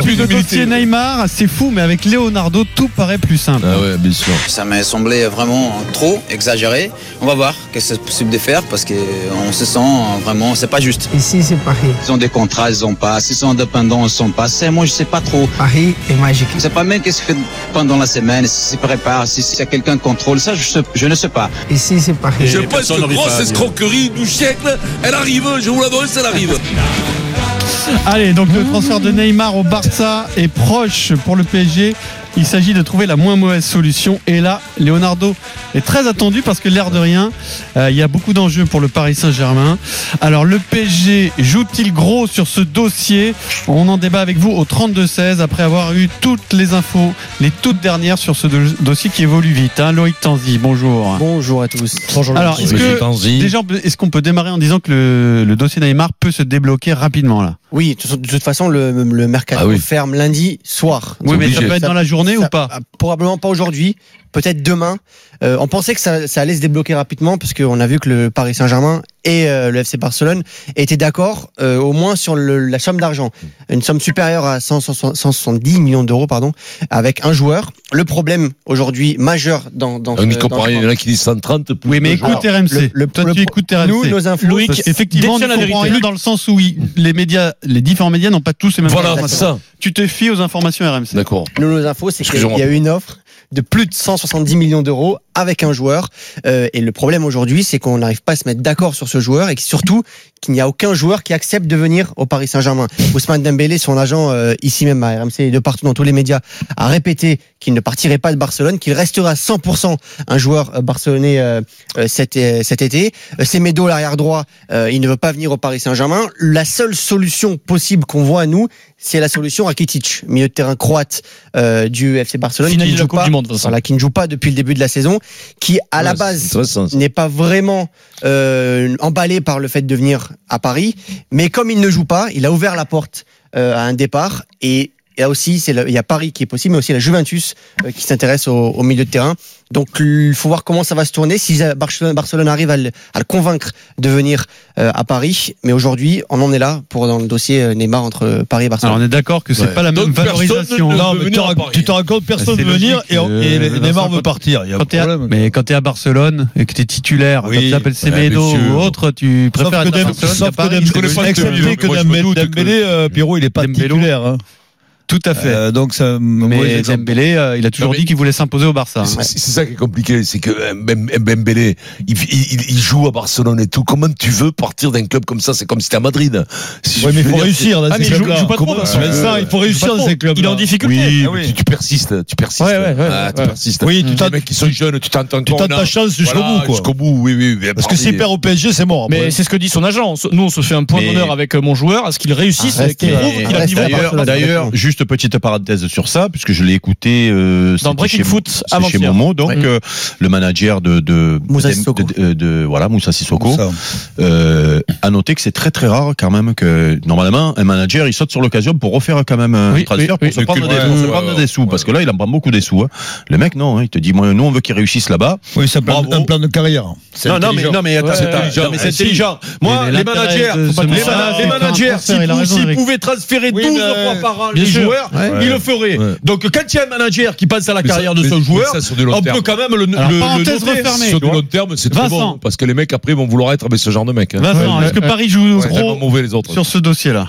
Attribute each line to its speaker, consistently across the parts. Speaker 1: Plus de dossier Neymar, c'est fou, mais avec Leonardo, tout paraît plus simple.
Speaker 2: Ah ouais, bien sûr.
Speaker 3: Ça m'a semblé vraiment trop exagéré. On va voir que c'est possible de faire parce qu'on se sent vraiment, c'est pas juste.
Speaker 4: Ici, c'est Paris.
Speaker 3: Ils ont des contrats, ils ont pas. S'ils sont indépendants, ils sont pas. C'est moi, je sais pas trop.
Speaker 4: Paris est magique.
Speaker 3: C'est pas même qu'est-ce qu'il fait pendant la semaine, s'il se prépare, si c'est quelqu'un qui contrôle, ça, je, sais- je ne sais pas.
Speaker 4: Ici, c'est Paris.
Speaker 5: Je pense que grosse escroquerie du siècle, elle arrive, je vous l'annonce, elle arrive.
Speaker 1: Allez, donc le transfert de Neymar au Barça est proche pour le PSG. Il s'agit de trouver la moins mauvaise solution. Et là, Leonardo est très attendu parce que l'air de rien, euh, il y a beaucoup d'enjeux pour le Paris Saint-Germain. Alors le PSG joue-t-il gros sur ce dossier On en débat avec vous au 32-16 après avoir eu toutes les infos, les toutes dernières sur ce do- dossier qui évolue vite. hein. Loïc Tanzi, bonjour.
Speaker 6: Bonjour à tous.
Speaker 1: Alors, est-ce
Speaker 2: Monsieur
Speaker 1: que,
Speaker 2: Tanzi.
Speaker 1: déjà, on peut- est-ce qu'on peut démarrer en disant que le, le dossier Neymar peut se débloquer rapidement là
Speaker 6: Oui, de toute- de toute façon, le, le mercato
Speaker 2: Ah oui.
Speaker 6: ferme lundi soir.
Speaker 1: Oui, mais ça
Speaker 2: obligé.
Speaker 1: peut être dans la journée
Speaker 6: Ça-
Speaker 1: ou pas
Speaker 6: ah, Probablement pas aujourd'hui, peut-être demain. Euh, on pensait que ça, ça allait se débloquer rapidement, parce qu'on a vu que le Paris Saint-Germain et euh, le FC Barcelone étaient d'accord, euh, au moins sur le- la somme d'argent, une somme supérieure à 100 100 170 millions d'euros, pardon, avec un joueur. Le problème aujourd'hui majeur dans dans.
Speaker 1: Euh,
Speaker 2: On n'y
Speaker 6: ce-
Speaker 2: comprend
Speaker 6: dans ce-
Speaker 2: rien. Il y en a qui disent 130. plus
Speaker 1: Oui, mais
Speaker 2: de
Speaker 1: écoute
Speaker 2: joueurs.
Speaker 1: RMC.
Speaker 6: le- le-
Speaker 1: Toi,
Speaker 6: le-
Speaker 1: tu écoutes RMC.
Speaker 6: Nous, nos infos.
Speaker 1: Parce qu'effectivement, on ne comprend rien dans le sens où il- les médias, les différents médias n'ont pas tous les mêmes
Speaker 2: Voilà,
Speaker 1: informations.
Speaker 2: ça.
Speaker 1: Tu te fies aux informations RMC.
Speaker 2: D'accord.
Speaker 6: Nous, nos infos, c'est qu'il y a-
Speaker 2: Excusez-moi.
Speaker 6: il y a eu une offre de plus de 170 millions d'euros avec un joueur. Euh, et le problème aujourd'hui, c'est qu'on n'arrive pas à se mettre d'accord sur ce joueur et que surtout qu'il n'y a aucun joueur qui accepte de venir au Paris Saint-Germain. Ousmane Dembélé, son agent euh, ici même à RMC et de partout dans tous les médias, a répété qu'il ne partirait pas de Barcelone, qu'il restera 100% un joueur euh, barcelonais euh, euh, cet, euh, cet été. Euh, Semedo, l'arrière droit, euh, il ne veut pas venir au Paris Saint-Germain. La seule solution possible qu'on voit à nous, c'est la solution Rakitic, milieu de terrain croate euh, du FC Barcelone, qui ne, joue pas, voilà, qui ne joue pas depuis le début de la saison, qui à la
Speaker 2: Ouais,
Speaker 6: base
Speaker 2: c'est intéressant, ça.
Speaker 6: n'est pas vraiment euh, emballé par le fait de venir à Paris, mais comme il ne joue pas, il a ouvert la porte euh, à un départ et là aussi c'est le- il y a Paris qui est possible, mais aussi la Juventus euh, qui s'intéresse au, au milieu de terrain. Donc il faut voir comment ça va se tourner. Si euh, Barcelone, Barcelone arrive à le, à le convaincre de venir euh, à Paris, mais aujourd'hui on en est là pour dans le dossier euh, Neymar entre Paris et
Speaker 1: Alors,
Speaker 6: Barcelone.
Speaker 1: on est d'accord que c'est
Speaker 2: Ouais.
Speaker 1: pas la même
Speaker 5: Donc, personne
Speaker 1: valorisation. Bah,
Speaker 5: ne- ne-
Speaker 1: Non,
Speaker 5: veut
Speaker 1: mais
Speaker 5: venir à
Speaker 1: t'auras-
Speaker 5: Paris.
Speaker 1: tu t'auras compte personne de venir et, et Neymar veut partir. Quand t'es à- mais quand t'es à Barcelone et que t'es titulaire,
Speaker 2: Oui.
Speaker 1: quand tu t'appelles Semedo
Speaker 2: Ouais, bien sûr.
Speaker 1: ou autre, tu préfères être à Barcelone qu'à Paris.
Speaker 5: je connais pas le
Speaker 1: Excepté
Speaker 5: milieu, mais moi, je me doute que-
Speaker 1: Pierrot, il est pas titulaire. Tout à fait.
Speaker 7: donc ça,
Speaker 1: Mais Dembélé, euh, il a toujours
Speaker 2: Non, mais-
Speaker 1: dit qu'il voulait s'imposer au Barça.
Speaker 2: C'est c'est- c'est ça qui est compliqué, c'est que euh, Mbem- Mbembélé, il, il, il joue à Barcelone et tout. Comment tu veux partir d'un club comme ça C'est comme si t'es à Madrid. Si je veux dire,
Speaker 7: dans
Speaker 2: ces clubs-là. Comment- Euh,
Speaker 7: il faut réussir dans ces clubs. Il est en
Speaker 2: c'est-
Speaker 7: difficulté. Ah
Speaker 2: Oui, mais tu, tu persistes, tu persistes.
Speaker 7: Ouais, ouais, ouais,
Speaker 2: Ah, tu
Speaker 7: ouais.
Speaker 2: persistes.
Speaker 7: Oui, tu
Speaker 2: Les
Speaker 7: tentes-
Speaker 2: mecs qui sont jeunes, tu t'entends
Speaker 7: Tu tentes ta chance jusqu'au bout, quoi.
Speaker 2: Jusqu'au bout, oui, oui. bien
Speaker 7: Parce que
Speaker 2: parti.
Speaker 7: s'il perd au PSG, c'est mort.
Speaker 8: Mais c'est ce que dit son agent. Nous, on se fait un point
Speaker 7: Mais-
Speaker 8: d'honneur avec mon joueur à ce qu'il réussisse,
Speaker 6: Ah,
Speaker 8: et qu'il
Speaker 6: restez-
Speaker 8: prouve qu'il a le
Speaker 6: restez
Speaker 8: niveau.
Speaker 6: à Barcelone.
Speaker 7: D'ailleurs, d'ailleurs, juste petite parenthèse sur ça, puisque je l'ai écouté euh,
Speaker 8: Dans
Speaker 7: c'était
Speaker 8: Breaking
Speaker 7: chez-
Speaker 8: Foot,
Speaker 7: c'est chez
Speaker 8: avant-hier.
Speaker 7: Momo, donc
Speaker 6: Ouais.
Speaker 7: euh, le manager de de,
Speaker 6: Moussa
Speaker 7: de-
Speaker 6: Sissoko.
Speaker 7: de- de- de- voilà Moussa Sissoko. Euh, à noter que c'est très très rare quand même que normalement un manager il saute sur l'occasion pour refaire quand même un
Speaker 1: Oui,
Speaker 7: transfert
Speaker 1: oui,
Speaker 7: pour se
Speaker 2: le
Speaker 7: prendre,
Speaker 2: cul-
Speaker 7: des,
Speaker 2: ouais,
Speaker 7: pour se
Speaker 2: ouais,
Speaker 7: prendre
Speaker 2: ouais,
Speaker 7: des sous
Speaker 2: ouais.
Speaker 7: parce que là il en prend beaucoup des sous. hein. Le mec non, hein, il te dit moi nous on veut qu'il réussisse là-bas.
Speaker 5: Oui, c'est
Speaker 7: Bravo.
Speaker 5: de carrière. C'est
Speaker 7: Non, non, mais,
Speaker 5: intelligent.
Speaker 7: non, mais attends,
Speaker 8: Ouais,
Speaker 7: c'est
Speaker 8: ouais,
Speaker 7: intelligent.
Speaker 8: ouais.
Speaker 7: Non, mais c'est
Speaker 1: Si.
Speaker 7: intelligent. Moi,
Speaker 1: Mais
Speaker 7: les
Speaker 1: l'intérêt
Speaker 7: managers,
Speaker 1: de ce manager, c'est
Speaker 7: les, mana- les
Speaker 1: de faire un
Speaker 7: managers,
Speaker 1: transfert, il a raison,
Speaker 7: s'ils
Speaker 1: Eric.
Speaker 7: pouvaient transférer
Speaker 5: Oui,
Speaker 7: 12
Speaker 5: mais-
Speaker 7: fois par an
Speaker 8: Bien
Speaker 7: les
Speaker 8: sûr.
Speaker 7: joueurs,
Speaker 1: Ouais.
Speaker 7: ils le feraient.
Speaker 2: Ouais.
Speaker 7: Donc, quand il y a un manager qui pense à la
Speaker 2: Mais ça-
Speaker 7: carrière de
Speaker 2: mais-
Speaker 7: ce
Speaker 2: mais
Speaker 7: joueur,
Speaker 2: ça, sur du long
Speaker 7: on peut
Speaker 2: terme.
Speaker 7: quand même le,
Speaker 1: Alors,
Speaker 7: le,
Speaker 1: parenthèse
Speaker 7: le noter.
Speaker 1: refermée.
Speaker 2: Sur du long terme, c'est très
Speaker 1: Vincent.
Speaker 2: bon. Parce que les mecs, après, vont vouloir être avec ce genre de mec. hein.
Speaker 1: Vincent, est-ce que Paris joue
Speaker 2: Ils sont tellement
Speaker 1: gros
Speaker 2: mauvais, les autres.
Speaker 1: sur ce dossier-là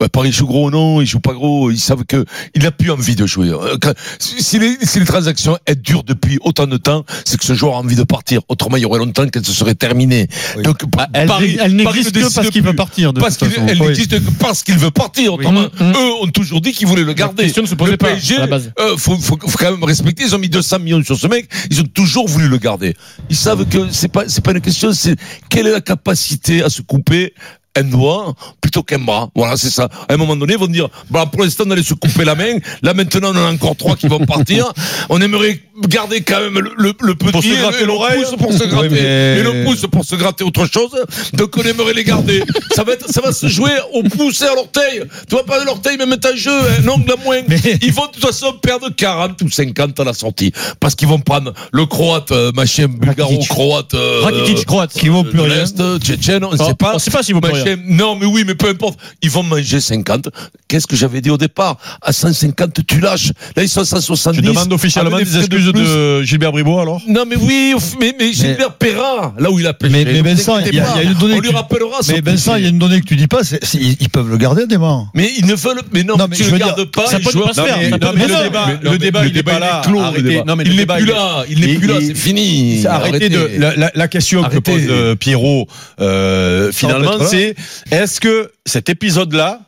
Speaker 2: Bah, Paris joue gros, non, il joue pas gros. Ils savent que il a plus envie de jouer. Euh, quand- Si si les, si les transactions elles durent depuis autant de temps, c'est que ce joueur a envie de partir. Autrement, il y aurait longtemps qu'elle se serait terminée. Donc,
Speaker 1: Elle, elle n'existe que parce qu'il
Speaker 2: veut
Speaker 1: veut partir. De
Speaker 2: Parce
Speaker 1: toute
Speaker 2: qu'il
Speaker 1: façon.
Speaker 2: elle
Speaker 1: Oui. Mm,
Speaker 2: n'existe que parce qu'il veut partir. Autrement, eux ont toujours dit qu'ils voulaient le
Speaker 8: La
Speaker 2: garder.
Speaker 8: question ne se posait
Speaker 2: le
Speaker 8: pas,
Speaker 2: PSG,
Speaker 8: à la base.
Speaker 2: euh, faut, faut, faut quand même respecter. Ils ont mis 200 millions sur ce mec. Ils ont toujours voulu le garder. Ils savent que c'est pas, c'est pas une question. C'est quelle est la capacité à se couper un doigt plutôt qu'un bras. Voilà, c'est ça. À un moment donné, ils vont dire, bah, pour l'instant, on allait se couper la main. Là, maintenant, on en a encore trois qui vont partir. On aimerait garder quand même le, le- le petit
Speaker 7: Pour se
Speaker 2: et le-
Speaker 7: gratter
Speaker 2: et le
Speaker 7: l'oreille.
Speaker 2: pouce pour se
Speaker 7: Oui,
Speaker 2: gratter.
Speaker 7: mais-
Speaker 2: Et le pouce pour se gratter autre chose. Donc, on aimerait les garder. ça va être, ça va se jouer au pouce et à l'orteil. Tu vois, pas de l'orteil, mais mettre un jeu, un ongle à moins. Ils vont, de toute façon, perdre 40 ou 50 à la sortie. Parce qu'ils vont prendre le croate, euh, machin, bulgaro-croate, euh,
Speaker 8: Rakitic croate.
Speaker 2: qui vaut plus rien. Tchétchène, on ne
Speaker 8: Ah,
Speaker 2: sait pas.
Speaker 8: on sait pas s'il vaut plus
Speaker 2: Machin.
Speaker 8: rien.
Speaker 2: Non, mais oui, mais peu importe. Ils vont manger 50. Qu'est-ce que j'avais dit au départ À 150, tu lâches. Là, ils sont à 170.
Speaker 7: Tu demandes officiellement
Speaker 2: Avec
Speaker 7: des
Speaker 2: frais
Speaker 7: excuses
Speaker 2: plus.
Speaker 7: de Gilbert Bribois alors
Speaker 2: Non, mais oui, mais, mais Gilbert Perrin, là où il a pêché.
Speaker 9: Mais, mais
Speaker 2: vous
Speaker 9: Vincent,
Speaker 2: inquiétez
Speaker 9: il y a,
Speaker 2: pas,
Speaker 9: il y a une donnée.
Speaker 2: On
Speaker 9: que
Speaker 2: lui
Speaker 9: tu-
Speaker 2: rappellera son
Speaker 9: Mais Vincent,
Speaker 2: péché.
Speaker 9: il y a une donnée que tu dis pas. c'est- c'est- ils peuvent le garder, des mains.
Speaker 2: Mais ils ne veulent. Mais non,
Speaker 9: Non, mais
Speaker 2: tu
Speaker 9: je
Speaker 2: ne
Speaker 9: veux
Speaker 2: gardes
Speaker 9: dire,
Speaker 2: pas.
Speaker 9: ça
Speaker 2: les
Speaker 9: peut
Speaker 2: joueurs.
Speaker 9: passer, hein, ça peut
Speaker 7: non, mais
Speaker 9: passer.
Speaker 7: le débat,
Speaker 2: Mais- non,
Speaker 7: le
Speaker 2: mais
Speaker 7: débat,
Speaker 2: le
Speaker 7: il n'est
Speaker 2: débat,
Speaker 7: pas
Speaker 2: il est
Speaker 7: là.
Speaker 2: clos, le
Speaker 7: Arrêtez.
Speaker 2: débat.
Speaker 7: Non, mais
Speaker 2: Il
Speaker 7: le
Speaker 2: n'est
Speaker 7: débat,
Speaker 2: plus
Speaker 7: il est-
Speaker 2: là, il n'est
Speaker 7: Et-
Speaker 2: plus là,
Speaker 7: et-
Speaker 2: c'est fini.
Speaker 7: Arrêtez de.
Speaker 2: Arrêtez.
Speaker 7: La, la- la question que
Speaker 2: Arrêtez.
Speaker 7: pose euh, Pierrot, euh, finalement,
Speaker 9: peut-être,
Speaker 7: c'est est-ce que cet épisode-là,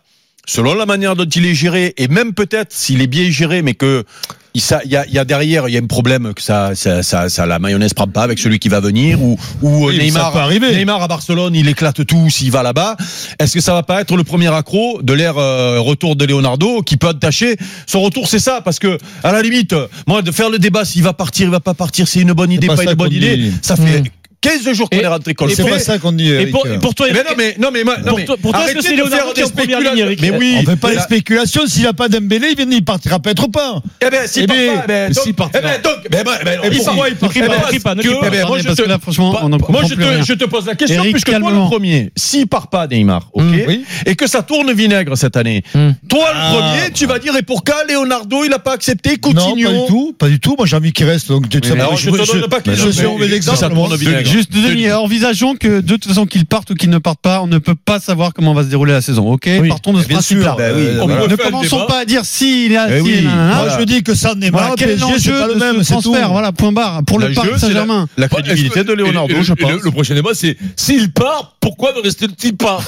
Speaker 7: selon la manière dont il est géré, et même peut-être s'il est bien géré, mais que. Il ça- il y, a, il y a derrière, il y a un problème que ça, ça, ça, ça- la mayonnaise prend pas avec celui qui va venir ou, ou euh,
Speaker 9: Oui, mais ça
Speaker 7: Neymar.
Speaker 9: peut arriver.
Speaker 7: Neymar à Barcelone, il éclate tout s'il va là-bas. Est-ce que ça va pas être le premier accro de l'ère euh, retour de Leonardo qui peut attacher son retour C'est ça parce que à la limite, moi de faire le débat s'il va partir, il va pas partir, c'est une bonne
Speaker 9: C'est
Speaker 7: idée,
Speaker 9: pas
Speaker 7: pas,
Speaker 9: ça
Speaker 7: une bonne
Speaker 9: qu'on
Speaker 7: idée.
Speaker 9: dit.
Speaker 7: Ça fait
Speaker 9: Mm.
Speaker 7: 15 jours qu'on
Speaker 8: Et-
Speaker 7: est rentré qu'on le
Speaker 8: et
Speaker 7: fait.
Speaker 9: C'est pas ça qu'on dit.
Speaker 8: Et
Speaker 9: Eric.
Speaker 8: pour, pour toi,
Speaker 7: Mais non, mais non, mais, moi- non,
Speaker 8: Pour
Speaker 7: mais
Speaker 8: toi- pour toi, est-ce que
Speaker 7: arrêtez
Speaker 8: c'est
Speaker 7: de faire
Speaker 8: Leonardo qui est
Speaker 7: des
Speaker 8: en première
Speaker 7: spéculations.
Speaker 8: ligne, Eric
Speaker 7: Mais oui,
Speaker 9: On fait pas les
Speaker 7: Là-
Speaker 9: spéculations. S'il n'y a pas Dembélé, il vient- il partira peut-être pas.
Speaker 7: Eh ben, s'il
Speaker 9: Eh
Speaker 7: part
Speaker 9: ben,
Speaker 7: pas, eh ben,
Speaker 9: mais
Speaker 7: donc-
Speaker 9: s'il part
Speaker 7: eh
Speaker 9: pas.
Speaker 7: ben, donc, eh ben, eh
Speaker 9: Et
Speaker 7: ben, il part
Speaker 9: pourquoi
Speaker 7: pas,
Speaker 9: il part
Speaker 7: eh ben,
Speaker 9: pas,
Speaker 7: parce
Speaker 8: il part,
Speaker 7: que-
Speaker 8: ne quitte pas.
Speaker 7: eh ben, moi, je
Speaker 1: parce
Speaker 7: te-
Speaker 1: que là, franchement, on en comprend
Speaker 7: moi, je
Speaker 1: plus rien.
Speaker 7: te, je te pose la question,
Speaker 1: Eric,
Speaker 7: puisque toi
Speaker 1: calme-toi.
Speaker 7: le premier, s'il part pas Neymar, ok,
Speaker 9: Mm, oui.
Speaker 7: et que ça tourne vinaigre cette année,
Speaker 8: Mm.
Speaker 7: toi
Speaker 9: Ah.
Speaker 7: le premier, tu vas dire et pourquoi Leonardo il a pas accepté
Speaker 9: Non, pas du
Speaker 7: Coutinho
Speaker 9: tout. Pas du tout. Moi, j'ai envie qu'il reste. Donc,
Speaker 7: mais alors, je te donne pas qu'il
Speaker 9: je
Speaker 7: reste.
Speaker 9: suis en mauvais
Speaker 7: Ça
Speaker 9: exemple.
Speaker 7: tourne au
Speaker 9: moi.
Speaker 7: vinaigre.
Speaker 1: Juste deux demi, envisageons que de toute façon qu'ils partent ou qu'ils ne partent pas, on ne peut pas savoir comment va se dérouler la saison. Ok, partons de ce
Speaker 9: bien
Speaker 1: principe-là.
Speaker 9: sûr, ben oui,
Speaker 1: Bah, On
Speaker 9: voilà.
Speaker 1: peut-
Speaker 7: On peut
Speaker 1: Ne
Speaker 7: faire le
Speaker 1: commençons
Speaker 7: débat.
Speaker 1: pas à dire si il est
Speaker 9: Eh
Speaker 1: assis.
Speaker 9: oui,
Speaker 1: nanana.
Speaker 9: moi je dis que ça n'est
Speaker 1: Voilà,
Speaker 9: pas
Speaker 1: quel est
Speaker 9: PSG, c'est
Speaker 1: l'enjeu
Speaker 9: pas le
Speaker 1: de
Speaker 9: même,
Speaker 1: ce
Speaker 9: c'est tout.
Speaker 1: transfert Voilà, point barre pour le,
Speaker 7: Le
Speaker 1: Paris
Speaker 7: jeu, c'est la-
Speaker 1: Saint-Germain.
Speaker 7: La
Speaker 2: Pas-
Speaker 7: crédibilité
Speaker 2: est-ce que-
Speaker 7: de
Speaker 2: et le-
Speaker 7: Leonardo,
Speaker 2: et
Speaker 7: je
Speaker 2: le- et
Speaker 7: pense.
Speaker 2: Le, le prochain débat, c'est s'il part, pourquoi ne reste-t-il pas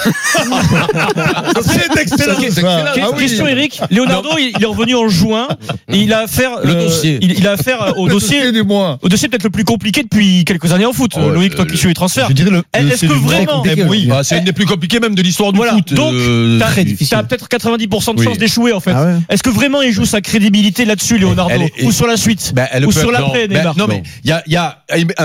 Speaker 2: Ça, C'est excellent. c'est excellent.
Speaker 1: Ah
Speaker 8: Que- Question Eric, Leonardo il, il est revenu en juin et il a affaire
Speaker 2: Le dossier.
Speaker 8: il, il a affaire au
Speaker 9: Le
Speaker 8: dossier
Speaker 9: du mois.
Speaker 8: au dossier peut-être le plus compliqué depuis quelques années en foot.
Speaker 7: Oh,
Speaker 8: Loïc, toi
Speaker 7: le-
Speaker 8: qui suis les transferts.
Speaker 9: Je dirais le.
Speaker 8: Eh,
Speaker 9: le-
Speaker 8: Est-ce
Speaker 9: c'est
Speaker 8: que
Speaker 9: du moins
Speaker 8: vraiment
Speaker 9: compliqué,
Speaker 7: Eh oui,
Speaker 9: oui.
Speaker 7: bah, c'est une des plus compliquées même de l'histoire du
Speaker 8: Voilà.
Speaker 7: foot.
Speaker 8: Donc,
Speaker 7: euh,
Speaker 8: t'as
Speaker 9: très difficile.
Speaker 8: t'as peut-être 90% de
Speaker 7: Oui.
Speaker 8: chance d'échouer en fait.
Speaker 9: Ah ouais.
Speaker 8: Est-ce que vraiment il joue sa crédibilité là-dessus, Leonardo,
Speaker 7: Elle est-
Speaker 8: ou sur la suite
Speaker 7: Ben, elle
Speaker 8: Ou
Speaker 7: peut
Speaker 8: sur
Speaker 7: être-
Speaker 8: l'après,
Speaker 7: non, ben,
Speaker 8: Neymar.
Speaker 7: non, mais il y a, il y a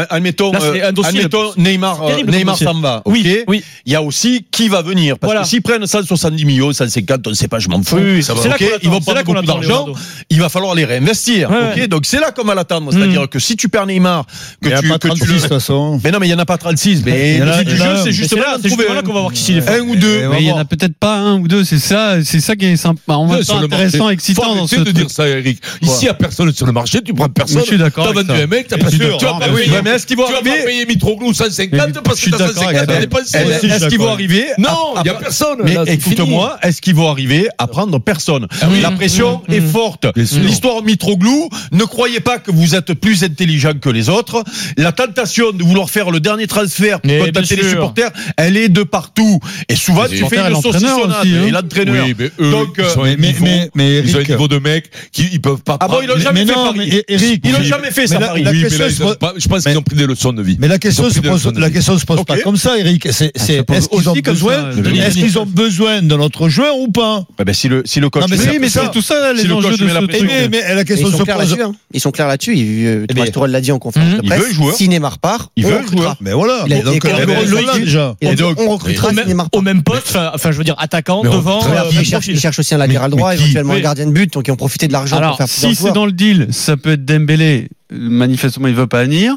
Speaker 7: admettons,
Speaker 8: Là, c'est
Speaker 7: euh,
Speaker 8: un dossier,
Speaker 7: admettons Neymar,
Speaker 8: C'est
Speaker 7: euh,
Speaker 8: terrible,
Speaker 7: Neymar
Speaker 8: ce dossier.
Speaker 7: s'en va.
Speaker 8: Oui,
Speaker 7: ok
Speaker 8: oui.
Speaker 7: Il y a aussi qui va venir. Parce
Speaker 8: Voilà.
Speaker 7: que s'ils prennent 170 millions, 150, on ne sait pas, je m'en fous.
Speaker 8: Oui, oui,
Speaker 7: ça
Speaker 8: c'est
Speaker 7: va,
Speaker 8: là
Speaker 7: ok
Speaker 8: qu'on l'attend,
Speaker 7: Ils vont
Speaker 8: c'est
Speaker 7: prendre
Speaker 8: là qu'on
Speaker 7: beaucoup
Speaker 8: l'attend,
Speaker 7: d'argent.
Speaker 8: Leonardo.
Speaker 7: Il va falloir les réinvestir.
Speaker 8: Ouais, Hmm.
Speaker 7: ok
Speaker 8: ouais.
Speaker 7: Donc c'est là qu'on va l'attendre. C'est-à-dire que si tu perds Neymar, que
Speaker 9: Il n'y a
Speaker 7: tu,
Speaker 9: pas
Speaker 7: que tu
Speaker 9: 36 de
Speaker 7: le-
Speaker 9: toute façon.
Speaker 7: Mais non, mais il n'y en a pas 36.
Speaker 9: Il
Speaker 7: Mais
Speaker 9: y en a-
Speaker 7: le but du
Speaker 9: il y en a
Speaker 7: jeu,
Speaker 9: un.
Speaker 7: c'est
Speaker 9: Mais
Speaker 7: justement
Speaker 8: c'est là-
Speaker 7: de
Speaker 8: c'est
Speaker 7: trouver
Speaker 8: justement là
Speaker 7: un-
Speaker 8: qu'on va voir qui s'y est
Speaker 7: un ou deux.
Speaker 1: Mais il n'y en a peut-être pas un ou deux, c'est ça, c'est ça qui est sympa, en même
Speaker 2: Sur
Speaker 1: temps
Speaker 2: le marché.
Speaker 1: intéressant, excitant
Speaker 2: Faut
Speaker 1: dans ce
Speaker 2: arrêter de
Speaker 1: truc.
Speaker 2: dire ça, Eric. Ici, il n'y a personne sur le marché, tu prends personne.
Speaker 1: Je suis d'accord
Speaker 2: T'as
Speaker 1: avec
Speaker 2: vendu
Speaker 1: ça.
Speaker 2: un mec, t'as
Speaker 1: Bien
Speaker 2: pas
Speaker 1: sûr.
Speaker 2: Tu vas
Speaker 1: Ah,
Speaker 2: pas
Speaker 1: mais
Speaker 2: payer-
Speaker 7: Ouais, mais est-ce qu'ils vont
Speaker 2: tu vas pas
Speaker 7: arriver
Speaker 2: payer Mitroglou
Speaker 1: Mais
Speaker 2: 150 parce
Speaker 1: je suis
Speaker 2: que t'as
Speaker 1: d'accord avec
Speaker 2: 150 à
Speaker 1: elle.
Speaker 2: dépenser.
Speaker 7: Elle-
Speaker 9: aussi, je
Speaker 7: Est-ce
Speaker 9: suis
Speaker 7: qu'ils vont
Speaker 9: d'accord.
Speaker 7: arriver
Speaker 2: Non,
Speaker 7: à-
Speaker 2: il n'y a personne.
Speaker 7: Mais
Speaker 2: là, c'est
Speaker 7: écoute-moi, est-ce qu'ils vont arriver à prendre personne
Speaker 9: Ah
Speaker 7: La pression
Speaker 9: Mmh,
Speaker 7: est forte. L'histoire Mitroglou, ne croyez pas que vous êtes plus intelligent que les autres. La tentation de vouloir faire le dernier transfert pour
Speaker 8: Mais
Speaker 9: Eh,
Speaker 7: contenter
Speaker 8: bien
Speaker 7: les
Speaker 8: sûr.
Speaker 7: supporters, elle est de partout. Et souvent, tu fais
Speaker 1: supporters,
Speaker 7: une
Speaker 1: l'entraîneur
Speaker 7: saucissonnade.
Speaker 1: aussi, hein.
Speaker 7: Et
Speaker 2: fini.
Speaker 7: l'entraîneur.
Speaker 2: Oui, mais eux,
Speaker 7: Donc,
Speaker 2: ils
Speaker 7: euh,
Speaker 2: sont à un
Speaker 9: Mais, mais,
Speaker 2: niveau-
Speaker 9: mais, mais
Speaker 2: Ils ont un
Speaker 9: Eric.
Speaker 2: niveau de mecs qui ils peuvent pas
Speaker 7: Ah bon, ils l'ont
Speaker 2: prendre.
Speaker 7: jamais
Speaker 9: mais
Speaker 7: fait
Speaker 9: non,
Speaker 7: Paris.
Speaker 9: mais E- Eric.
Speaker 7: Ils l'ont
Speaker 9: mais-
Speaker 7: jamais fait, ça,
Speaker 9: mais la-
Speaker 7: Paris.
Speaker 9: la
Speaker 2: Oui, mais
Speaker 9: question
Speaker 2: là,
Speaker 9: se
Speaker 2: ils ont
Speaker 9: pose-
Speaker 2: pas- je pense qu'ils ont pris des leçons de vie.
Speaker 9: Mais la question
Speaker 2: Ils ont
Speaker 9: se
Speaker 2: pris des
Speaker 9: pose,
Speaker 2: leçons de
Speaker 9: la
Speaker 2: vie.
Speaker 9: question se pose pas
Speaker 7: Ok.
Speaker 9: comme Ah, ça, Eric. C'est,
Speaker 1: se
Speaker 9: c'est,
Speaker 1: pose
Speaker 9: est-ce qu'ils ont
Speaker 1: aussi comme
Speaker 9: besoin,
Speaker 1: ça,
Speaker 7: Denis.
Speaker 9: est-ce qu'ils ont besoin d'un autre joueur ou pas?
Speaker 7: Ah ben, si le si le coach.
Speaker 9: Non, mais
Speaker 7: met
Speaker 9: c'est-
Speaker 7: la
Speaker 1: Oui, mais
Speaker 7: pression-
Speaker 1: c'est tout ça
Speaker 7: Si
Speaker 1: les
Speaker 7: le
Speaker 1: enjeux
Speaker 7: coach
Speaker 1: de
Speaker 7: met la
Speaker 1: ce
Speaker 7: pression,
Speaker 1: truc.
Speaker 9: Mais, mais la
Speaker 6: Et Ils
Speaker 9: question
Speaker 6: sont
Speaker 9: se
Speaker 6: clairs
Speaker 9: pose.
Speaker 6: là-dessus. hein. Ils sont clairs là-dessus. Il- euh,
Speaker 9: Eh
Speaker 6: Thomas
Speaker 9: bien,
Speaker 6: Tuchel l'a dit en conférence de
Speaker 7: il veut
Speaker 6: presse.
Speaker 7: un joueur.
Speaker 6: Si Neymar part,
Speaker 7: Il
Speaker 6: on
Speaker 7: veut un
Speaker 6: recrutera.
Speaker 7: joueur.
Speaker 9: Mais voilà.
Speaker 6: Il a-
Speaker 9: Et donc,
Speaker 6: il a-
Speaker 9: euh,
Speaker 6: il a-
Speaker 9: Loïc,
Speaker 6: Loïc-
Speaker 9: déjà.
Speaker 6: Et
Speaker 7: Et
Speaker 6: donc,
Speaker 7: donc,
Speaker 6: on
Speaker 8: Au
Speaker 6: recrutera si
Speaker 8: même-
Speaker 6: Neymar
Speaker 8: Au
Speaker 6: part.
Speaker 8: même poste, enfin, enfin je veux dire attaquant,
Speaker 2: Mais on-
Speaker 8: devant.
Speaker 6: Voilà,
Speaker 8: euh,
Speaker 6: puis
Speaker 8: même
Speaker 6: ils cherchent-
Speaker 8: profil.
Speaker 6: ils cherchent aussi un latéral
Speaker 9: mais
Speaker 6: droit,
Speaker 9: qui
Speaker 6: éventuellement
Speaker 8: Oui.
Speaker 6: un gardien de but, donc ils ont profité de
Speaker 8: euh,
Speaker 6: l'argent
Speaker 1: Alors,
Speaker 6: pour faire plusieurs
Speaker 1: si c'est
Speaker 6: joueurs.
Speaker 1: dans le deal, ça peut être Dembélé, euh, manifestement il veut pas venir.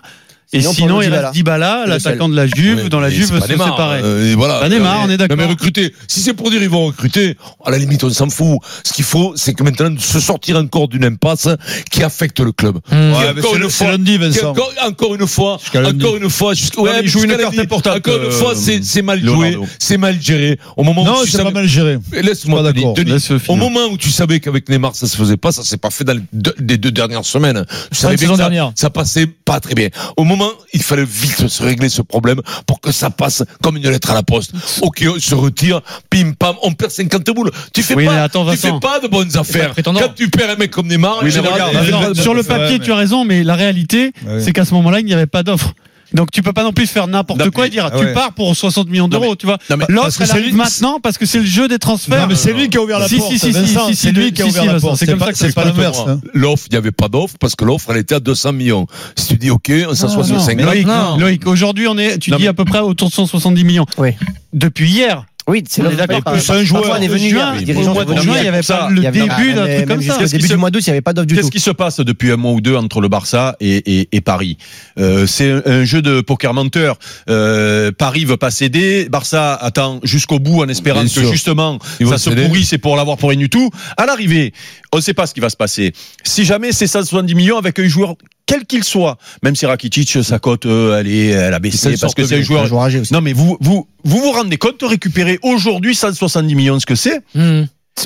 Speaker 1: Et
Speaker 6: Sinon,
Speaker 1: sinon,
Speaker 6: Paulo
Speaker 1: il
Speaker 6: Dybala.
Speaker 1: reste Dybala,
Speaker 6: le
Speaker 1: l'attaquant de la Juve.
Speaker 2: Ouais,
Speaker 1: Dans la
Speaker 2: mais
Speaker 1: Juve,
Speaker 2: c'est pas
Speaker 1: c'est
Speaker 2: Neymar,
Speaker 1: pareil.
Speaker 2: euh, et voilà.
Speaker 1: Pas Neymar, on est d'accord.
Speaker 2: Non, mais recruter. Si c'est pour dire ils vont recruter, à la limite, on s'en fout. Ce qu'il faut, c'est que maintenant, de se sortir encore d'une impasse qui affecte le club.
Speaker 8: Hmm.
Speaker 2: Qui,
Speaker 9: Ouais, mais
Speaker 2: encore
Speaker 9: c'est
Speaker 2: une
Speaker 9: le- c'est
Speaker 2: fois-
Speaker 9: lundi,
Speaker 2: qui,
Speaker 9: Vincent.
Speaker 2: encore, encore une fois,
Speaker 9: Jusqu'à lundi.
Speaker 2: encore une fois, jusqu'à,
Speaker 7: mais il joue
Speaker 2: jusqu'à
Speaker 7: une
Speaker 2: la
Speaker 7: carte
Speaker 2: limite.
Speaker 7: importante,
Speaker 2: Encore une
Speaker 7: euh,
Speaker 2: fois, c'est, c'est mal
Speaker 7: Leonardo.
Speaker 2: joué, c'est mal géré. Au moment
Speaker 9: Non,
Speaker 2: où tu
Speaker 9: c'est pas
Speaker 2: savais-
Speaker 9: mal géré.
Speaker 2: Laisse-moi
Speaker 9: Pas
Speaker 2: Denis,
Speaker 9: d'accord.
Speaker 2: Denis,
Speaker 1: Laisse-le
Speaker 2: Au
Speaker 1: finir.
Speaker 2: moment où tu savais qu'avec Neymar ça se faisait pas, ça s'est pas fait dans les deux, les deux dernières semaines. Tu
Speaker 8: la
Speaker 2: savais bien
Speaker 8: saison
Speaker 2: que ça,
Speaker 8: dernière.
Speaker 2: ça passait pas très bien. Au moment, il fallait vite se régler ce problème pour que ça passe comme une lettre à la poste. Ok, on se retire, pim pam, on perd 50 boules. Tu fais
Speaker 1: Oui, mais
Speaker 2: pas,
Speaker 1: attends,
Speaker 2: tu fais
Speaker 1: Vincent.
Speaker 2: pas de bonnes affaires.
Speaker 8: prétendant.
Speaker 2: Quand tu perds un mec comme Neymar,
Speaker 7: Oui,
Speaker 2: en
Speaker 7: mais
Speaker 2: général,
Speaker 7: regarde,
Speaker 2: les-
Speaker 1: Alors,
Speaker 9: Ouais,
Speaker 1: sur le
Speaker 9: ouais,
Speaker 1: papier,
Speaker 9: mais-
Speaker 1: tu as raison, mais la réalité,
Speaker 9: Ouais.
Speaker 1: c'est qu'à ce moment-là, il n'y avait pas d'offre. Donc tu peux pas non plus faire n'importe
Speaker 7: Non,
Speaker 1: quoi et
Speaker 7: mais-
Speaker 1: dire
Speaker 7: ah
Speaker 1: tu
Speaker 7: ouais.
Speaker 1: pars pour 60 millions
Speaker 7: Non,
Speaker 1: d'euros,
Speaker 7: mais-
Speaker 1: tu vois.
Speaker 7: non, mais- parce
Speaker 1: L'offre
Speaker 7: que
Speaker 1: elle
Speaker 7: c'est
Speaker 1: arrive
Speaker 7: lui-
Speaker 1: maintenant parce que c'est le jeu des transferts.
Speaker 9: Non, mais c'est lui qui a ouvert la
Speaker 1: Si,
Speaker 9: porte,
Speaker 1: Si si
Speaker 9: Vincent,
Speaker 1: si si,
Speaker 9: c'est lui
Speaker 1: le-
Speaker 9: qui a
Speaker 1: si,
Speaker 9: ouvert
Speaker 1: si,
Speaker 9: la
Speaker 1: Vincent,
Speaker 9: porte,
Speaker 1: C'est
Speaker 9: c'est
Speaker 1: comme
Speaker 9: pas-
Speaker 1: ça que
Speaker 9: c'est
Speaker 1: ça se
Speaker 9: pas
Speaker 1: passe.
Speaker 9: l'inverse, hein.
Speaker 2: L'offre, il n'y avait pas d'offre parce que l'offre, elle était à 200 millions. Si tu dis, OK, on s'assoit sur
Speaker 1: Non,
Speaker 2: 50.
Speaker 1: mais Loïc,
Speaker 2: non.
Speaker 1: Loïc, aujourd'hui on est, tu
Speaker 2: Non,
Speaker 1: dis
Speaker 2: mais-
Speaker 1: à peu près autour de 170 millions.
Speaker 6: Oui.
Speaker 1: Depuis hier.
Speaker 6: Oui, c'est
Speaker 1: On est
Speaker 6: l'offre.
Speaker 1: d'accord.
Speaker 6: Par-
Speaker 1: Plus
Speaker 6: par-
Speaker 1: un joueur.
Speaker 6: parfois, on est
Speaker 1: Au
Speaker 6: venu
Speaker 1: juin,
Speaker 6: hier, les
Speaker 1: au
Speaker 6: dirigeants
Speaker 1: mois de
Speaker 6: sont venus
Speaker 1: juin, il y
Speaker 6: hier
Speaker 1: avait
Speaker 6: pour
Speaker 1: pas
Speaker 6: ça.
Speaker 1: le
Speaker 6: Il y avait-
Speaker 1: début
Speaker 6: Ah,
Speaker 1: d'un
Speaker 6: mais
Speaker 1: truc comme
Speaker 6: même
Speaker 1: ça.
Speaker 6: jusqu'au
Speaker 7: Qu'est-ce qui
Speaker 6: début
Speaker 7: se-
Speaker 6: du mois d'août, il n'y avait pas d'offre du tout.
Speaker 7: Qu'est-ce qui se passe depuis un mois ou deux entre le Barça et, et- et Paris Euh, C'est un- un jeu de poker menteur. Euh, Paris veut pas céder, Barça attend jusqu'au bout en espérant
Speaker 2: Bien
Speaker 7: que
Speaker 2: sûr.
Speaker 7: justement
Speaker 2: Ils vont
Speaker 7: ça se
Speaker 2: céder.
Speaker 7: pourrit, c'est pour l'avoir pour rien du tout. À l'arrivée, on ne sait pas ce qui va se passer. Si jamais c'est 170 millions avec un joueur quel qu'il soit, même si Rakitic sa cote euh, elle est elle a
Speaker 2: Ça
Speaker 7: baissé
Speaker 2: le
Speaker 7: parce
Speaker 2: sorte
Speaker 7: que c'est
Speaker 2: bien.
Speaker 7: un
Speaker 6: Un
Speaker 7: joueur
Speaker 6: joueur âgé aussi.
Speaker 7: non, mais vous, vous, vous vous rendez compte de récupérer aujourd'hui 170 millions de ce que c'est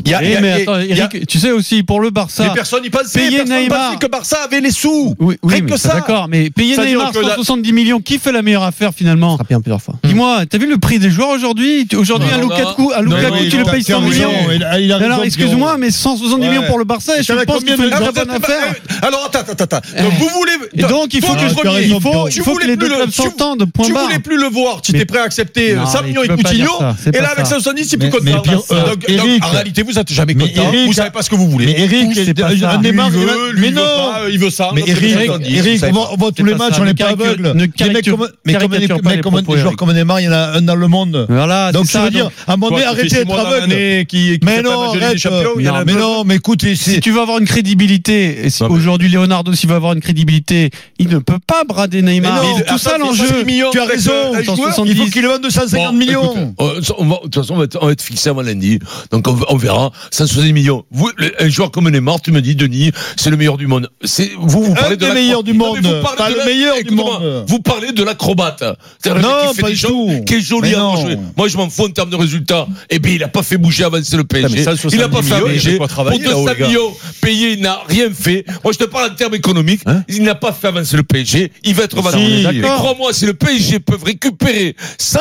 Speaker 7: Il y a- il y
Speaker 1: Eh,
Speaker 7: a-
Speaker 1: mais
Speaker 7: il y a-
Speaker 1: attends,
Speaker 7: il y a-
Speaker 1: Eric, tu sais aussi pour le
Speaker 7: Mais
Speaker 1: Barça.
Speaker 7: personne n'y pensait.
Speaker 1: Payer
Speaker 7: personne
Speaker 1: Neymar.
Speaker 7: pensait que Barça avait les sous.
Speaker 1: Oui, oui,
Speaker 7: Rien
Speaker 1: mais
Speaker 7: que
Speaker 1: ça,
Speaker 7: ça.
Speaker 1: d'accord, mais payer
Speaker 7: C'est-à-dire
Speaker 1: Neymar
Speaker 7: que la-
Speaker 1: 170 millions, qui fait la meilleure affaire finalement
Speaker 6: Frappé un plusieurs fois.
Speaker 1: Dis-moi, t'as vu le prix des joueurs aujourd'hui Tu- Aujourd'hui,
Speaker 5: Non,
Speaker 1: à
Speaker 5: non,
Speaker 1: Lukaku, à
Speaker 5: non,
Speaker 1: Lukaku
Speaker 5: oui,
Speaker 1: tu le
Speaker 5: non,
Speaker 1: payes 100
Speaker 5: t'as raison,
Speaker 1: millions.
Speaker 9: il a- il a raison,
Speaker 1: Alors, excuse-moi,
Speaker 9: Pierrot.
Speaker 1: mais 170
Speaker 9: Ouais.
Speaker 1: millions pour le Barça, et
Speaker 9: Et
Speaker 1: je
Speaker 9: t'avais
Speaker 1: pense
Speaker 9: combien
Speaker 1: qu'il fait
Speaker 9: de-
Speaker 1: une
Speaker 7: Alors,
Speaker 1: bonne
Speaker 7: Ah,
Speaker 2: Ah,
Speaker 7: attends,
Speaker 1: affaire.
Speaker 7: attends, Alors attends, attends, attends. Donc vous voulez
Speaker 1: Eh. Et donc, il faut,
Speaker 7: Toi,
Speaker 1: que,
Speaker 7: tu voulais-
Speaker 1: il faut, il
Speaker 7: tu
Speaker 1: faut que
Speaker 7: voulais
Speaker 1: les
Speaker 7: plus
Speaker 1: deux
Speaker 7: le-
Speaker 1: clubs
Speaker 7: tu-
Speaker 1: s'entendent, point
Speaker 7: tu
Speaker 1: barre.
Speaker 7: voulais plus le voir, tu
Speaker 1: Mais-
Speaker 7: t'es prêt à accepter
Speaker 1: Non,
Speaker 7: euh, 100
Speaker 1: mais
Speaker 7: millions
Speaker 1: tu
Speaker 7: et
Speaker 1: peux pas
Speaker 7: Coutinho,
Speaker 1: dire ça, c'est
Speaker 7: et
Speaker 1: pas
Speaker 7: là avec
Speaker 1: ça.
Speaker 7: 170, c'est plus
Speaker 9: Mais-
Speaker 7: content.
Speaker 9: mais Pierre-
Speaker 7: Donc,
Speaker 9: euh,
Speaker 7: donc,
Speaker 9: Eric-
Speaker 7: en réalité, vous êtes jamais
Speaker 9: Mais
Speaker 7: content,
Speaker 9: Eric-
Speaker 7: vous savez pas ce que vous voulez.
Speaker 9: Mais Eric,
Speaker 1: c'est pas
Speaker 9: euh,
Speaker 1: ça.
Speaker 9: un
Speaker 7: Lui,
Speaker 9: Neymar,
Speaker 7: il
Speaker 9: il va-
Speaker 7: veut, lui,
Speaker 9: mais
Speaker 7: il veut
Speaker 9: non
Speaker 7: pas, il veut ça.
Speaker 9: Mais
Speaker 7: donc c'est
Speaker 9: Eric,
Speaker 7: 170,
Speaker 9: Eric,
Speaker 7: vous savez
Speaker 9: on va,
Speaker 7: pas.
Speaker 9: on va à tous les
Speaker 1: pas
Speaker 9: matchs,
Speaker 1: ça,
Speaker 9: on
Speaker 1: ne
Speaker 9: n'est pas
Speaker 1: caricature-
Speaker 9: aveugle.
Speaker 1: ne
Speaker 9: Mais
Speaker 1: caricature-
Speaker 9: comme, mais comme,
Speaker 1: caricature pas
Speaker 9: mais
Speaker 1: les
Speaker 9: comme,
Speaker 1: propos,
Speaker 9: des
Speaker 1: Eric.
Speaker 9: joueurs comme Neymar, il y en a un dans le monde.
Speaker 1: Voilà,
Speaker 9: Donc
Speaker 1: c'est
Speaker 9: je
Speaker 1: ça,
Speaker 9: veux dire,
Speaker 1: donc,
Speaker 9: à un moment
Speaker 7: Toi,
Speaker 9: donné,
Speaker 7: tu fais
Speaker 9: arrêtez
Speaker 7: six
Speaker 9: d'être
Speaker 7: mois dans
Speaker 9: aveugle.
Speaker 7: l'année qui- qui
Speaker 9: Mais
Speaker 7: fait pas
Speaker 9: non,
Speaker 7: la Ligue des
Speaker 9: arrête,
Speaker 7: Champions, il y en a
Speaker 1: non,
Speaker 7: un
Speaker 9: Mais
Speaker 7: peu.
Speaker 9: non, mais écoutez,
Speaker 1: si
Speaker 9: c'est.
Speaker 1: tu veux avoir une crédibilité, et si
Speaker 7: Non, mais-
Speaker 1: aujourd'hui Leonardo s'il veut avoir une crédibilité, il ne peut pas brader Neymar.
Speaker 9: Mais non,
Speaker 1: C'est tout
Speaker 7: attends,
Speaker 1: ça
Speaker 7: c'est
Speaker 1: l'enjeu.
Speaker 7: 70 millions
Speaker 9: Tu as
Speaker 7: avec,
Speaker 9: raison,
Speaker 7: euh, un
Speaker 1: attends,
Speaker 7: joueur.
Speaker 1: 70.
Speaker 9: Il faut qu'il le vende 150
Speaker 2: Bon,
Speaker 9: millions.
Speaker 2: écoute, euh, on va- de toute façon, on va, être, on va être fixé avant lundi. Donc, on, va- on verra. 170 millions. Vous, le- un joueur comme Neymar, tu me dis, Denis, c'est le meilleur du monde. C'est, vous, vous
Speaker 9: Un
Speaker 2: parlez de
Speaker 9: des
Speaker 2: la-
Speaker 9: meilleurs du
Speaker 2: Non, mais
Speaker 9: monde.
Speaker 2: vous parlez
Speaker 9: Pas
Speaker 2: de
Speaker 9: le
Speaker 2: la-
Speaker 9: meilleur du
Speaker 2: Écoute-moi,
Speaker 9: monde.
Speaker 2: Vous parlez de l'acrobate. C'est un mec
Speaker 9: Non,
Speaker 2: qui fait
Speaker 9: pas
Speaker 2: des
Speaker 9: du
Speaker 2: choses-
Speaker 9: tout.
Speaker 2: Qui est joli
Speaker 9: Mais
Speaker 2: à
Speaker 9: non.
Speaker 2: manger. Moi, je m'en fous en termes de résultats. Eh bien, il a pas fait bouger avancer le
Speaker 7: Putain, mais
Speaker 2: PSG.
Speaker 7: ça, 70
Speaker 2: il a pas fait
Speaker 7: millions, il y a de
Speaker 2: bouger.
Speaker 7: quoi
Speaker 2: Pour
Speaker 7: travailler, là-haut,
Speaker 2: 200
Speaker 7: les gars.
Speaker 2: millions payés, il n'a rien fait. Moi, je te parle en termes économiques.
Speaker 7: Hein
Speaker 2: il n'a pas fait avancer le PSG. Il va être
Speaker 7: Mais ça,
Speaker 2: valorisé.
Speaker 7: on est
Speaker 2: Et
Speaker 7: d'accord.
Speaker 2: crois-moi, si le PSG peut récupérer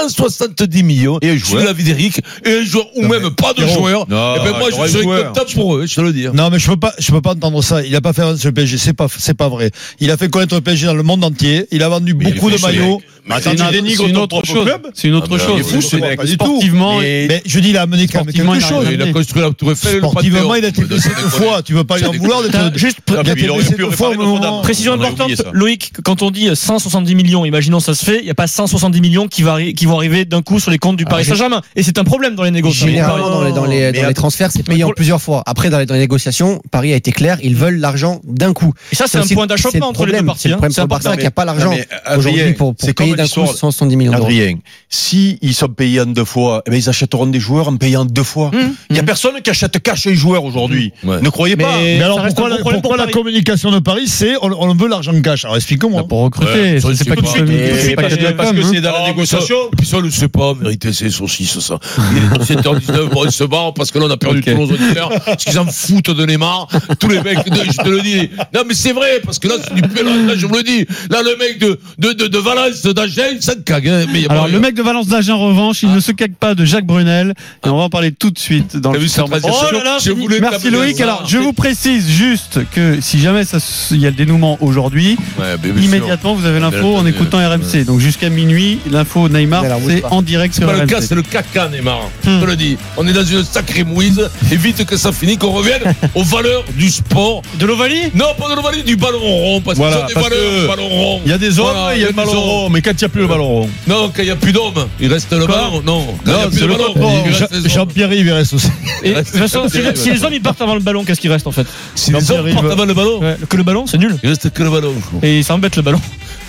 Speaker 2: 170 millions
Speaker 7: Et un
Speaker 2: sur
Speaker 7: joueur.
Speaker 2: la vie d'Eric, et un joueur, ou même pas de
Speaker 9: Pierrot.
Speaker 2: joueur,
Speaker 7: Non,
Speaker 2: eh ben moi
Speaker 7: il y aura
Speaker 2: je serais
Speaker 7: un joueur.
Speaker 2: content pour eux, je te le dire.
Speaker 9: Non, mais je peux pas, je peux pas entendre ça. Il a pas fait avancer le PSG. C'est pas, c'est pas vrai. Il a fait connaître le PSG dans le monde entier. Il a vendu
Speaker 7: Mais il
Speaker 9: beaucoup
Speaker 7: fait
Speaker 9: de
Speaker 7: chier.
Speaker 9: maillots.
Speaker 7: Mais
Speaker 1: C'est
Speaker 7: attends, tu
Speaker 1: une-
Speaker 7: dénigres
Speaker 1: c'est une
Speaker 7: ton
Speaker 1: autre
Speaker 7: propre
Speaker 1: chose.
Speaker 7: club
Speaker 1: C'est une autre
Speaker 2: Ah, mais il est
Speaker 1: chose.
Speaker 2: fou, ce mec,
Speaker 9: pas du tout.
Speaker 1: Sportivement,
Speaker 7: Mais-
Speaker 9: Mais je dis, il a amené quand même
Speaker 1: Sportivement,
Speaker 9: quelque
Speaker 1: il a rien
Speaker 9: chose.
Speaker 1: amené.
Speaker 2: Il a construit la Tour Eiffel, le
Speaker 9: Sportivement,
Speaker 2: Panthéon.
Speaker 9: il a été
Speaker 2: Mais
Speaker 9: blessé
Speaker 2: ça
Speaker 9: deux
Speaker 2: déconne.
Speaker 9: fois. Tu veux pas lui
Speaker 2: Ça
Speaker 9: en vouloir
Speaker 7: déconne.
Speaker 9: d'être.
Speaker 8: Juste
Speaker 7: Ah,
Speaker 9: Il a
Speaker 7: mais
Speaker 9: été
Speaker 7: il aurait
Speaker 9: blessé
Speaker 7: pu
Speaker 9: deux
Speaker 7: réparer
Speaker 9: fois au
Speaker 7: notre
Speaker 9: moment-
Speaker 7: Dame.
Speaker 8: Précision
Speaker 7: On aurait
Speaker 8: importante,
Speaker 7: oublié ça.
Speaker 8: Loïc, quand on dit 170 millions, imaginons ça se fait, il n'y a pas 170 millions qui, va arri- qui vont arriver d'un coup sur les comptes du Paris Saint-Germain. Et c'est un problème dans les négociations.
Speaker 6: Ah, Généralement, dans les, dans les, dans les transferts, c'est payé en plusieurs fois. Après, dans les, dans les négociations, Paris a été clair, ils veulent l'argent d'un coup.
Speaker 8: Et ça, c'est
Speaker 6: Ça,
Speaker 8: un point
Speaker 6: c'est
Speaker 8: d'achoppement
Speaker 6: le
Speaker 8: entre les deux
Speaker 6: problème.
Speaker 8: parties.
Speaker 6: C'est le
Speaker 8: hein.
Speaker 6: problème
Speaker 8: C'est
Speaker 6: pour le
Speaker 8: important.
Speaker 6: Barça qui n'a pas l'argent
Speaker 7: Non, mais, euh, Adrien,
Speaker 6: aujourd'hui pour, pour
Speaker 7: c'est comme
Speaker 6: payer d'un coup
Speaker 7: l'histoire-
Speaker 6: 170 millions d'euros.
Speaker 7: Adrien, si ils sont payés en deux fois, eh ben ils achèteront des joueurs en payant deux fois.
Speaker 8: Mmh,
Speaker 7: Il y a personne qui achète cash les joueurs aujourd'hui.
Speaker 6: Mmh,
Speaker 2: Ouais.
Speaker 7: Ne croyez pas.
Speaker 8: Mais
Speaker 9: Mais alors
Speaker 8: ça reste
Speaker 9: pourquoi,
Speaker 8: un gros
Speaker 9: la,
Speaker 8: problème pour
Speaker 9: pourquoi la
Speaker 8: Paris.
Speaker 9: communication de Paris, c'est on, on veut l'argent de cash Alors expliquement.
Speaker 1: Là,
Speaker 6: Bah,
Speaker 1: pour recruter,
Speaker 2: Ouais,
Speaker 1: c'est
Speaker 2: ça,
Speaker 1: c'est
Speaker 2: c'est
Speaker 1: pas
Speaker 2: pas-
Speaker 1: que
Speaker 2: mais-
Speaker 1: c'est pas
Speaker 7: parce
Speaker 1: que
Speaker 7: que-
Speaker 1: de la
Speaker 7: parce
Speaker 1: com,
Speaker 7: que
Speaker 1: hein.
Speaker 7: c'est dans la négociation.
Speaker 2: Puis ça, on ne sait pas, en vérité, c'est saucisses, ça. Il est 17h19, bon, on se barre parce que là, on a perdu
Speaker 1: Ok.
Speaker 2: tous nos auditeurs, parce qu'ils en foutent de Neymar. Tous les mecs, de- je te le dis. Non, mais c'est vrai, parce que là, c'est du pélage, là, je vous le dis. Là, le mec de, de, de, de Valence, d'Agen, ça te cague, hein. Mais il y a
Speaker 1: Alors
Speaker 2: pas-
Speaker 1: le mec de Valence d'Agen en revanche, il ne se cague pas de Jacques Brunel et on va en parler tout de suite dans
Speaker 2: T'as
Speaker 1: le
Speaker 2: vu,
Speaker 1: Super
Speaker 2: cette
Speaker 1: Moscato
Speaker 2: transition
Speaker 1: Show.
Speaker 2: Oh là là, Je voulais
Speaker 1: Merci
Speaker 2: t'amener
Speaker 1: Loïc.
Speaker 2: ça.
Speaker 1: Alors je vous précise juste que si jamais ça se- il y a le dénouement aujourd'hui,
Speaker 2: Ouais, mais bien sûr.
Speaker 1: immédiatement vous avez
Speaker 2: Mais
Speaker 1: l'info
Speaker 2: là,
Speaker 1: en
Speaker 2: t'as-
Speaker 1: écoutant RMC. Donc jusqu'à minuit, l'info Neymar
Speaker 6: Mais alors, bouge
Speaker 1: c'est
Speaker 6: pas.
Speaker 1: en direct
Speaker 2: C'est
Speaker 1: sur
Speaker 2: pas le cas,
Speaker 1: RMC.
Speaker 2: c'est le caca, Neymar.
Speaker 1: Hmm.
Speaker 2: Je te le dis. On est dans une sacrée mouise. Et vite que ça finisse, qu'on revienne aux valeurs du sport.
Speaker 8: De l'Ovalie
Speaker 2: Non, pas de l'ovalie, du ballon rond. Parce
Speaker 7: Voilà,
Speaker 2: que ce sont
Speaker 7: parce
Speaker 2: des valeurs,
Speaker 7: que
Speaker 2: le ballon rond.
Speaker 7: Il y a des hommes,
Speaker 2: Voilà,
Speaker 7: il y a le
Speaker 2: des
Speaker 7: ballon
Speaker 2: hommes.
Speaker 7: rond. Mais quand il n'y a plus le ballon rond.
Speaker 2: Non, quand il n'y a plus d'hommes, il reste le ballon. Non, quand il n'y a plus de
Speaker 7: c'est le
Speaker 2: Ah, ballon. oh,
Speaker 7: ballon.
Speaker 2: il
Speaker 9: Jean-
Speaker 2: reste les hommes.
Speaker 9: Jean-Pierre, il reste aussi.
Speaker 8: Et de toute façon, si, si les hommes ils partent avant le ballon, qu'est-ce qui reste en fait
Speaker 2: Si les
Speaker 9: Jean-Pierre,
Speaker 2: hommes
Speaker 9: il
Speaker 2: portent
Speaker 9: va-
Speaker 2: avant le ballon,
Speaker 8: Que le ballon, c'est nul.
Speaker 2: il reste que le ballon.
Speaker 8: Et ça embête le ballon.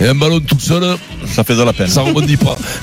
Speaker 2: Et un ballon tout seul,
Speaker 7: Ça faisait la peine.
Speaker 2: ça rebondit pas.